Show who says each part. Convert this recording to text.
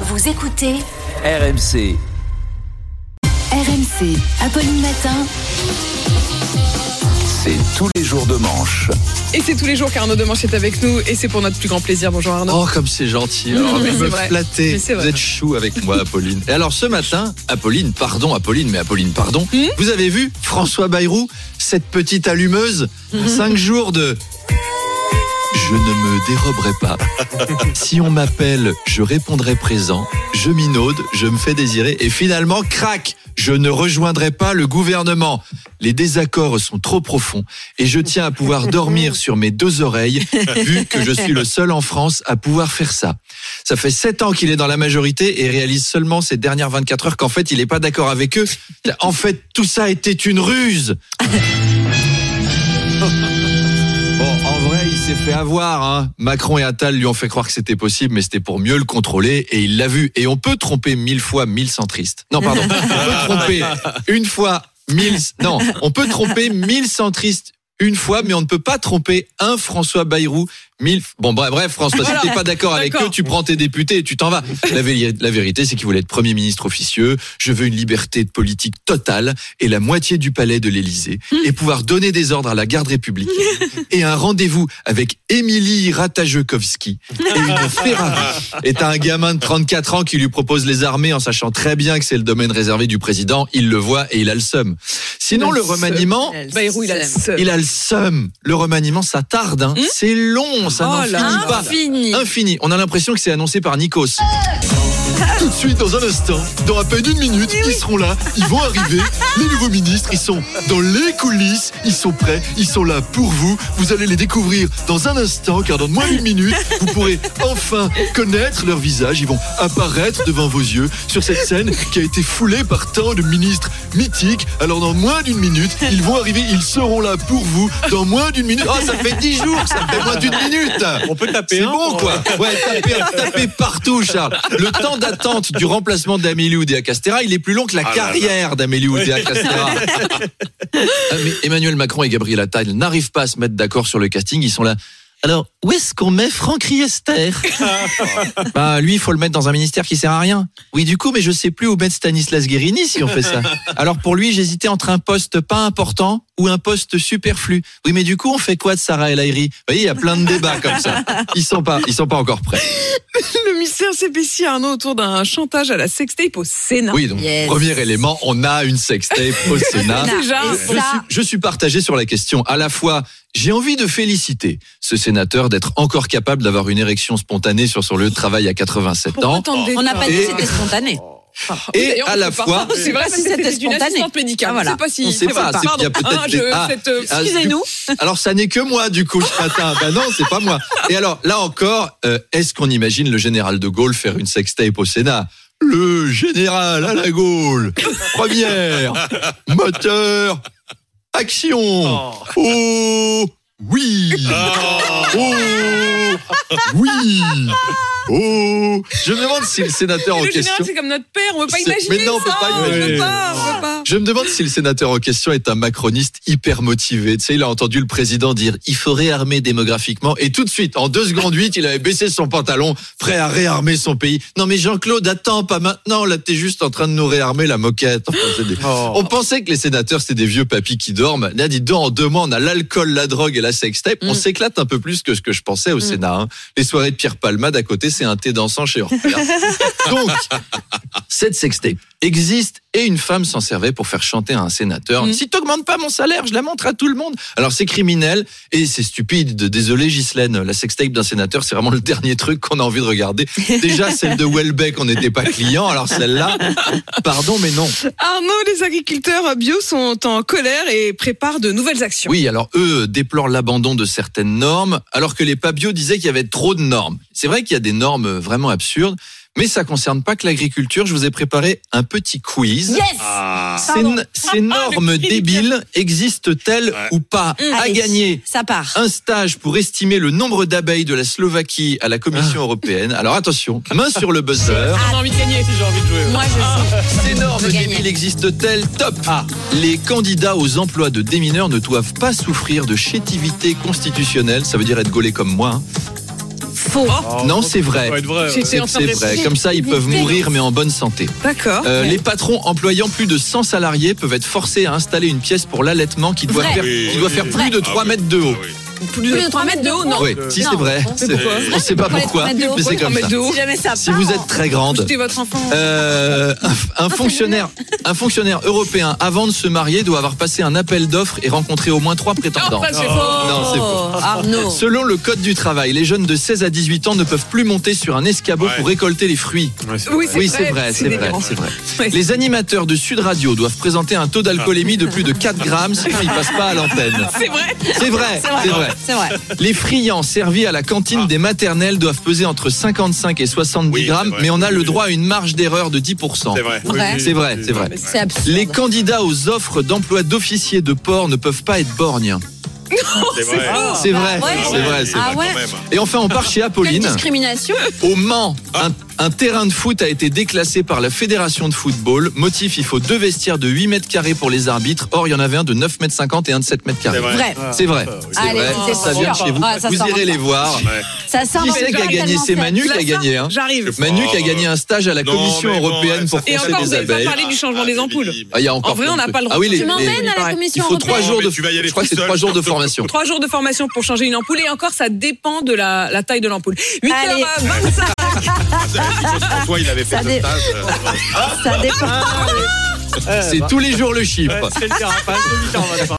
Speaker 1: Vous écoutez
Speaker 2: RMC.
Speaker 1: RMC, Apolline Matin.
Speaker 2: C'est tous les jours de manche.
Speaker 3: Et c'est tous les jours qu'Arnaud Demanche est avec nous et c'est pour notre plus grand plaisir. Bonjour Arnaud.
Speaker 4: Oh, comme c'est gentil.
Speaker 3: Mmh,
Speaker 4: Alors, vous
Speaker 3: c'est
Speaker 4: me
Speaker 3: vrai.
Speaker 4: flattez.
Speaker 3: Mais c'est
Speaker 4: Vous
Speaker 3: vrai.
Speaker 4: êtes chou avec moi, Apolline. Et alors, ce matin, Apolline, pardon, Apolline, mais Apolline, pardon.
Speaker 3: Hmm
Speaker 4: Vous avez vu François Bayrou, cette petite allumeuse,
Speaker 3: Hmm.
Speaker 4: cinq jours de. Je ne me déroberai pas. Si on m'appelle, je répondrai présent. Je minaude, je me fais désirer. Et finalement, crac Je ne rejoindrai pas le gouvernement. Les désaccords sont trop profonds et je tiens à pouvoir dormir sur mes deux oreilles, vu que je suis le seul en France à pouvoir faire ça. Ça fait sept ans qu'il est dans la majorité et réalise seulement ces dernières 24 heures qu'en fait, il n'est pas d'accord avec eux. En fait, tout ça était une ruse. Bon, en vrai, il s'est fait avoir. Hein. Macron et Attal lui ont fait croire que c'était possible, mais c'était pour mieux le contrôler, et il l'a vu. Et on peut tromper mille fois mille centristes. Non, pardon. on peut tromper une fois mille... Non, on peut tromper mille centristes une fois, mais on ne peut pas tromper un François Bayrou. Mille... Bon, bref, bref, François,
Speaker 3: Voilà.
Speaker 4: si t'es pas d'accord avec
Speaker 3: D'accord.
Speaker 4: eux, tu prends tes députés et tu t'en vas. La, vé- la vérité, c'est qu'il voulait être Premier ministre officieux. Je veux une liberté de politique totale et la moitié du palais de l'Élysée et pouvoir donner des ordres à la garde républicaine et un rendez-vous avec Émilie Ratajkowski et une Ferrari. Est un gamin de 34 ans qui lui propose les armées en sachant très bien que c'est le domaine réservé du président. Il le voit et il a le seum. Sinon, le remaniement,
Speaker 3: Bayrou, Bah, il a le seum.
Speaker 4: il a le seum. Le remaniement, ça tarde. hein. C'est long, ça
Speaker 3: Hmm Oh
Speaker 4: n'en
Speaker 3: là
Speaker 4: finit
Speaker 3: là.
Speaker 4: pas. Infini. On a l'impression que c'est annoncé par Nikos. Tout de suite, dans un instant, dans à peine une minute, ils seront là, ils vont arriver. Les nouveaux ministres, ils sont dans les coulisses, ils sont prêts, ils sont là pour vous. Vous allez les découvrir dans un instant, car dans moins d'une minute, vous pourrez enfin connaître leur visage. Ils vont apparaître devant vos yeux sur cette scène qui a été foulée par tant de ministres mythiques. Alors dans moins d'une minute, ils vont arriver, ils seront là pour vous dans moins d'une minute. Oh, ça fait dix jours, ça fait moins d'une minute.
Speaker 5: On peut taper
Speaker 4: C'est
Speaker 5: un
Speaker 4: bon
Speaker 5: pour- hein.
Speaker 4: quoi Ouais, tapez, tapez partout Charles Le temps d'attente du remplacement d'Amélie Oudéa Castera, il est plus long que la
Speaker 5: Ah là là.
Speaker 4: carrière d'Amélie Oudéa Castera. Ah, mais Emmanuel Macron et Gabriel Attal n'arrivent pas à se mettre d'accord sur le casting, ils sont là. Alors, où est-ce qu'on met Franck Riester Bah lui, il faut le mettre dans un ministère qui sert à rien. Oui, du coup, mais je sais plus où mettre Stanislas Guérini si on fait ça. Alors pour lui, j'hésitais entre un poste pas important ou un poste superflu. Oui, mais du coup, on fait quoi de Sarah El Haïry Vous voyez, il y a plein de débats comme ça. Ils sont pas, ils sont pas encore prêts.
Speaker 3: Le mystère s'épaissit Arnaud autour d'un chantage à la sextape au Sénat.
Speaker 4: Oui, donc
Speaker 6: Yes.
Speaker 4: premier élément, on a une sextape au Sénat.
Speaker 3: Déjà,
Speaker 6: Et
Speaker 4: Je suis,
Speaker 6: ça,
Speaker 4: je suis partagé sur la question. À la fois, j'ai envie de féliciter ce sénateur d'être encore capable d'avoir une érection spontanée sur son lieu de travail à 87
Speaker 3: Pourquoi
Speaker 4: ans.
Speaker 3: tant de
Speaker 6: on n'a pas dit que
Speaker 4: Et-
Speaker 6: c'était spontané.
Speaker 3: Oui,
Speaker 4: Et
Speaker 3: d'ailleurs, on
Speaker 4: à la
Speaker 3: sait pas.
Speaker 4: fois,
Speaker 3: C'est vrai,
Speaker 6: Si
Speaker 3: c'était
Speaker 6: c'était
Speaker 3: d'une
Speaker 6: spontané.
Speaker 3: assistante médicale.
Speaker 6: Ah, voilà.
Speaker 3: Je sais pas si.
Speaker 4: On sait
Speaker 3: c'est
Speaker 4: pas,
Speaker 3: vrai.
Speaker 4: c'est- il y a
Speaker 3: Pardon.
Speaker 4: peut-être
Speaker 3: Ah,
Speaker 4: des-
Speaker 3: je-
Speaker 4: ah,
Speaker 3: cette, euh,
Speaker 4: ah,
Speaker 6: Excusez-nous.
Speaker 4: Alors ça n'est que moi du coup ce matin. Ben non, c'est pas moi. Et alors là encore, euh, est-ce qu'on imagine le général de Gaulle faire une sextape au Sénat Le général à la Gaulle. Première. Moteur. Action. Oh, oui. Oh oui. Oh. Je me demande si le sénateur en
Speaker 3: Le général,
Speaker 4: Oh, question.
Speaker 3: c'est comme notre père. On peut pas
Speaker 4: C'est-
Speaker 3: imaginer.
Speaker 4: Mais non, on peut
Speaker 3: ça,
Speaker 4: pas
Speaker 3: on
Speaker 4: imaginer.
Speaker 3: peut pas, on peut pas.
Speaker 4: Je me demande si le sénateur en question est un macroniste hyper motivé. Tu sais, il a entendu le président dire il faut réarmer démographiquement et tout de suite, en deux secondes huit, il avait baissé son pantalon, prêt à réarmer son pays. Non mais Jean-Claude, attends, pas maintenant. Là, t'es juste en train de nous réarmer la moquette. Enfin, c'est des- On pensait que les sénateurs c'était des vieux papis qui dorment. Là, dis donc, en deux mois, on a l'alcool, la drogue et la sextape. On s'éclate un peu plus que ce que je pensais au Sénat. hein. Les soirées de Pierre Palmade à côté, c'est un thé dansant chez Orpea. Donc, cette sextape existe et une femme s'en servait pour faire chanter à un sénateur Si t'augmentes pas mon salaire, je la montre à tout le monde. Alors c'est criminel et c'est stupide. De- Désolé Ghislaine, la sextape d'un sénateur, c'est vraiment le dernier truc qu'on a envie de regarder. Déjà celle de Welbeck, on n'était pas client, alors celle-là, pardon mais non.
Speaker 3: Arnaud, les agriculteurs bio sont en colère et préparent de nouvelles actions.
Speaker 4: Oui, alors eux euh, déplorent l'abandon de certaines normes, alors que les pas bio disaient qu'il y avait trop de normes. C'est vrai qu'il y a des normes euh, vraiment absurdes, mais ça concerne pas que l'agriculture. Je vous ai préparé un petit quiz.
Speaker 6: Yes
Speaker 5: Ah.
Speaker 4: Ces, ces normes débiles existent-elles
Speaker 5: Ouais.
Speaker 4: ou pas
Speaker 6: Mmh,
Speaker 4: À
Speaker 6: allez,
Speaker 4: gagner
Speaker 6: Ça part.
Speaker 4: un stage pour estimer le nombre d'abeilles de la Slovaquie à la
Speaker 5: Ah.
Speaker 4: Commission européenne. Alors attention, main sur le buzzer.
Speaker 3: On a envie de gagner.
Speaker 5: Si j'ai Ah, envie de jouer. Ah.
Speaker 6: Moi, je
Speaker 4: Ces normes
Speaker 6: de gagner.
Speaker 4: débiles existent-elles Top Les candidats aux emplois de démineurs ne doivent pas souffrir de chétivité constitutionnelle, ça veut dire être gaulé comme moi. hein.
Speaker 3: faux.
Speaker 4: Non, c'est vrai.
Speaker 5: Oh. doit être vrai, ouais.
Speaker 4: C'est
Speaker 3: J'étais en
Speaker 4: que
Speaker 3: train de
Speaker 4: c'est vrai.
Speaker 3: réfléchir.
Speaker 4: Comme ça, ils peuvent mourir, mais en bonne santé.
Speaker 3: D'accord.
Speaker 4: Euh,
Speaker 3: Ouais.
Speaker 4: les patrons employant plus de 100 salariés peuvent être forcés à installer une pièce pour l'allaitement qui doit
Speaker 1: Vrai.
Speaker 4: faire,
Speaker 5: Oui,
Speaker 4: qui doit
Speaker 5: oui,
Speaker 4: faire
Speaker 5: oui.
Speaker 4: plus de
Speaker 5: Ah
Speaker 4: 3
Speaker 5: oui.
Speaker 4: mètres de haut.
Speaker 5: Ah oui.
Speaker 3: Plus de 3 mètres de haut, non
Speaker 4: Oui, si c'est vrai. C'est-
Speaker 3: pourquoi
Speaker 4: On ne sait pas
Speaker 1: Pourquoi les
Speaker 4: pourquoi,
Speaker 1: trois mètres de haut
Speaker 4: mais c'est
Speaker 3: Pourquoi
Speaker 4: comme
Speaker 3: trois mètres
Speaker 4: ça.
Speaker 3: de haut
Speaker 6: Si jamais ça
Speaker 4: Si vous êtes très grande,
Speaker 3: C'était votre enfant.
Speaker 4: euh, un, un fonctionnaire, un fonctionnaire européen, avant de se marier, doit avoir passé un appel d'offres et rencontré au moins trois
Speaker 3: Non,
Speaker 4: prétendants.
Speaker 3: Oh, ça, c'est faux.
Speaker 4: Non, c'est faux.
Speaker 6: Arnaud.
Speaker 4: Selon le code du travail, les jeunes de 16 à 18 ans ne peuvent plus monter sur un escabeau
Speaker 5: Ouais.
Speaker 4: pour récolter les fruits.
Speaker 5: Ouais, c'est
Speaker 3: Oui,
Speaker 5: vrai.
Speaker 4: Oui, c'est vrai, c'est vrai,
Speaker 3: délirant.
Speaker 4: c'est vrai.
Speaker 3: Ouais.
Speaker 4: Les animateurs de Sud Radio doivent présenter un taux d'alcoolémie de plus de 4 grammes, sinon ils passent pas à l'antenne.
Speaker 3: Ah, C'est vrai
Speaker 4: C'est vrai, c'est vrai.
Speaker 6: C'est vrai.
Speaker 4: Les friands servis à la cantine des maternelles doivent peser entre 55 et 70
Speaker 5: Ah. Oui, c'est
Speaker 4: grammes,
Speaker 5: vrai.
Speaker 4: mais on a le
Speaker 5: Oui.
Speaker 4: droit à une marge d'erreur de 10%.
Speaker 5: C'est vrai.
Speaker 6: Vrai.
Speaker 5: Oui,
Speaker 4: C'est vrai,
Speaker 5: oui,
Speaker 4: c'est vrai.
Speaker 5: oui.
Speaker 6: C'est absurde.
Speaker 4: Les candidats aux offres d'emploi d'officiers de port ne peuvent pas être borgnes.
Speaker 5: C'est vrai.
Speaker 3: Ah,
Speaker 4: C'est vrai,
Speaker 6: Oh. ouais.
Speaker 4: c'est vrai, c'est vrai.
Speaker 6: Ah ouais.
Speaker 5: quand même.
Speaker 4: Et enfin, on part chez
Speaker 6: Quelle
Speaker 4: Apolline.
Speaker 6: discrimination
Speaker 4: Au Mans, un, un terrain de foot a été déclassé par la Fédération de football. Motif, il faut deux vestiaires de 8 mètres carrés pour les arbitres. Or, il y en avait un de 9 mètres 50 et un de 7 mètres carrés.
Speaker 5: C'est vrai.
Speaker 6: Vrai.
Speaker 4: C'est vrai,
Speaker 5: Ah, oui.
Speaker 4: c'est
Speaker 6: Allez,
Speaker 4: vrai.
Speaker 6: c'est
Speaker 4: Ça
Speaker 6: sûr.
Speaker 4: vient de chez vous.
Speaker 6: Ah, ça
Speaker 4: vous
Speaker 6: sort
Speaker 4: irez
Speaker 6: en
Speaker 4: les
Speaker 6: ça.
Speaker 4: voir.
Speaker 5: Ouais.
Speaker 6: Ça sort
Speaker 4: Qui
Speaker 6: en
Speaker 4: c'est qui a
Speaker 6: tellement
Speaker 4: gagné C'est
Speaker 6: faible.
Speaker 4: Manu qui a
Speaker 3: La
Speaker 4: gagné. Hein.
Speaker 3: J'arrive.
Speaker 4: Manu qui a
Speaker 5: Oh,
Speaker 4: gagné un stage à la
Speaker 5: non,
Speaker 4: Commission
Speaker 5: mais bon,
Speaker 4: européenne
Speaker 5: ouais,
Speaker 4: pour
Speaker 5: ça fait-
Speaker 3: Et
Speaker 4: foncer
Speaker 3: encore, vous
Speaker 4: des
Speaker 3: n'avez pas
Speaker 4: abeilles.
Speaker 3: parlé du changement des ampoules.
Speaker 4: Ah, il y a encore
Speaker 3: En vrai,
Speaker 4: plein de
Speaker 3: on n'a
Speaker 4: trucs.
Speaker 3: pas le droit.
Speaker 4: Ah oui, les-
Speaker 6: Tu m'emmènes
Speaker 4: les-
Speaker 6: à la
Speaker 3: pareil.
Speaker 4: il
Speaker 6: commission
Speaker 4: faut trois
Speaker 6: européenne
Speaker 4: jours de.
Speaker 5: Mais tu vas y aller
Speaker 4: Je crois que c'est
Speaker 5: tout
Speaker 4: trois
Speaker 5: seul.
Speaker 4: jours de formation.
Speaker 3: Trois jours de formation pour changer une ampoule et encore ça dépend de la, la taille de l'ampoule. 8h25
Speaker 5: François, il avait fait
Speaker 6: Ça
Speaker 5: ce
Speaker 6: dé-
Speaker 5: stage. euh,
Speaker 6: Ça dépend.
Speaker 5: bah.
Speaker 4: C'est tous les jours le chiffre.
Speaker 7: C'est le dérapage de 8h25.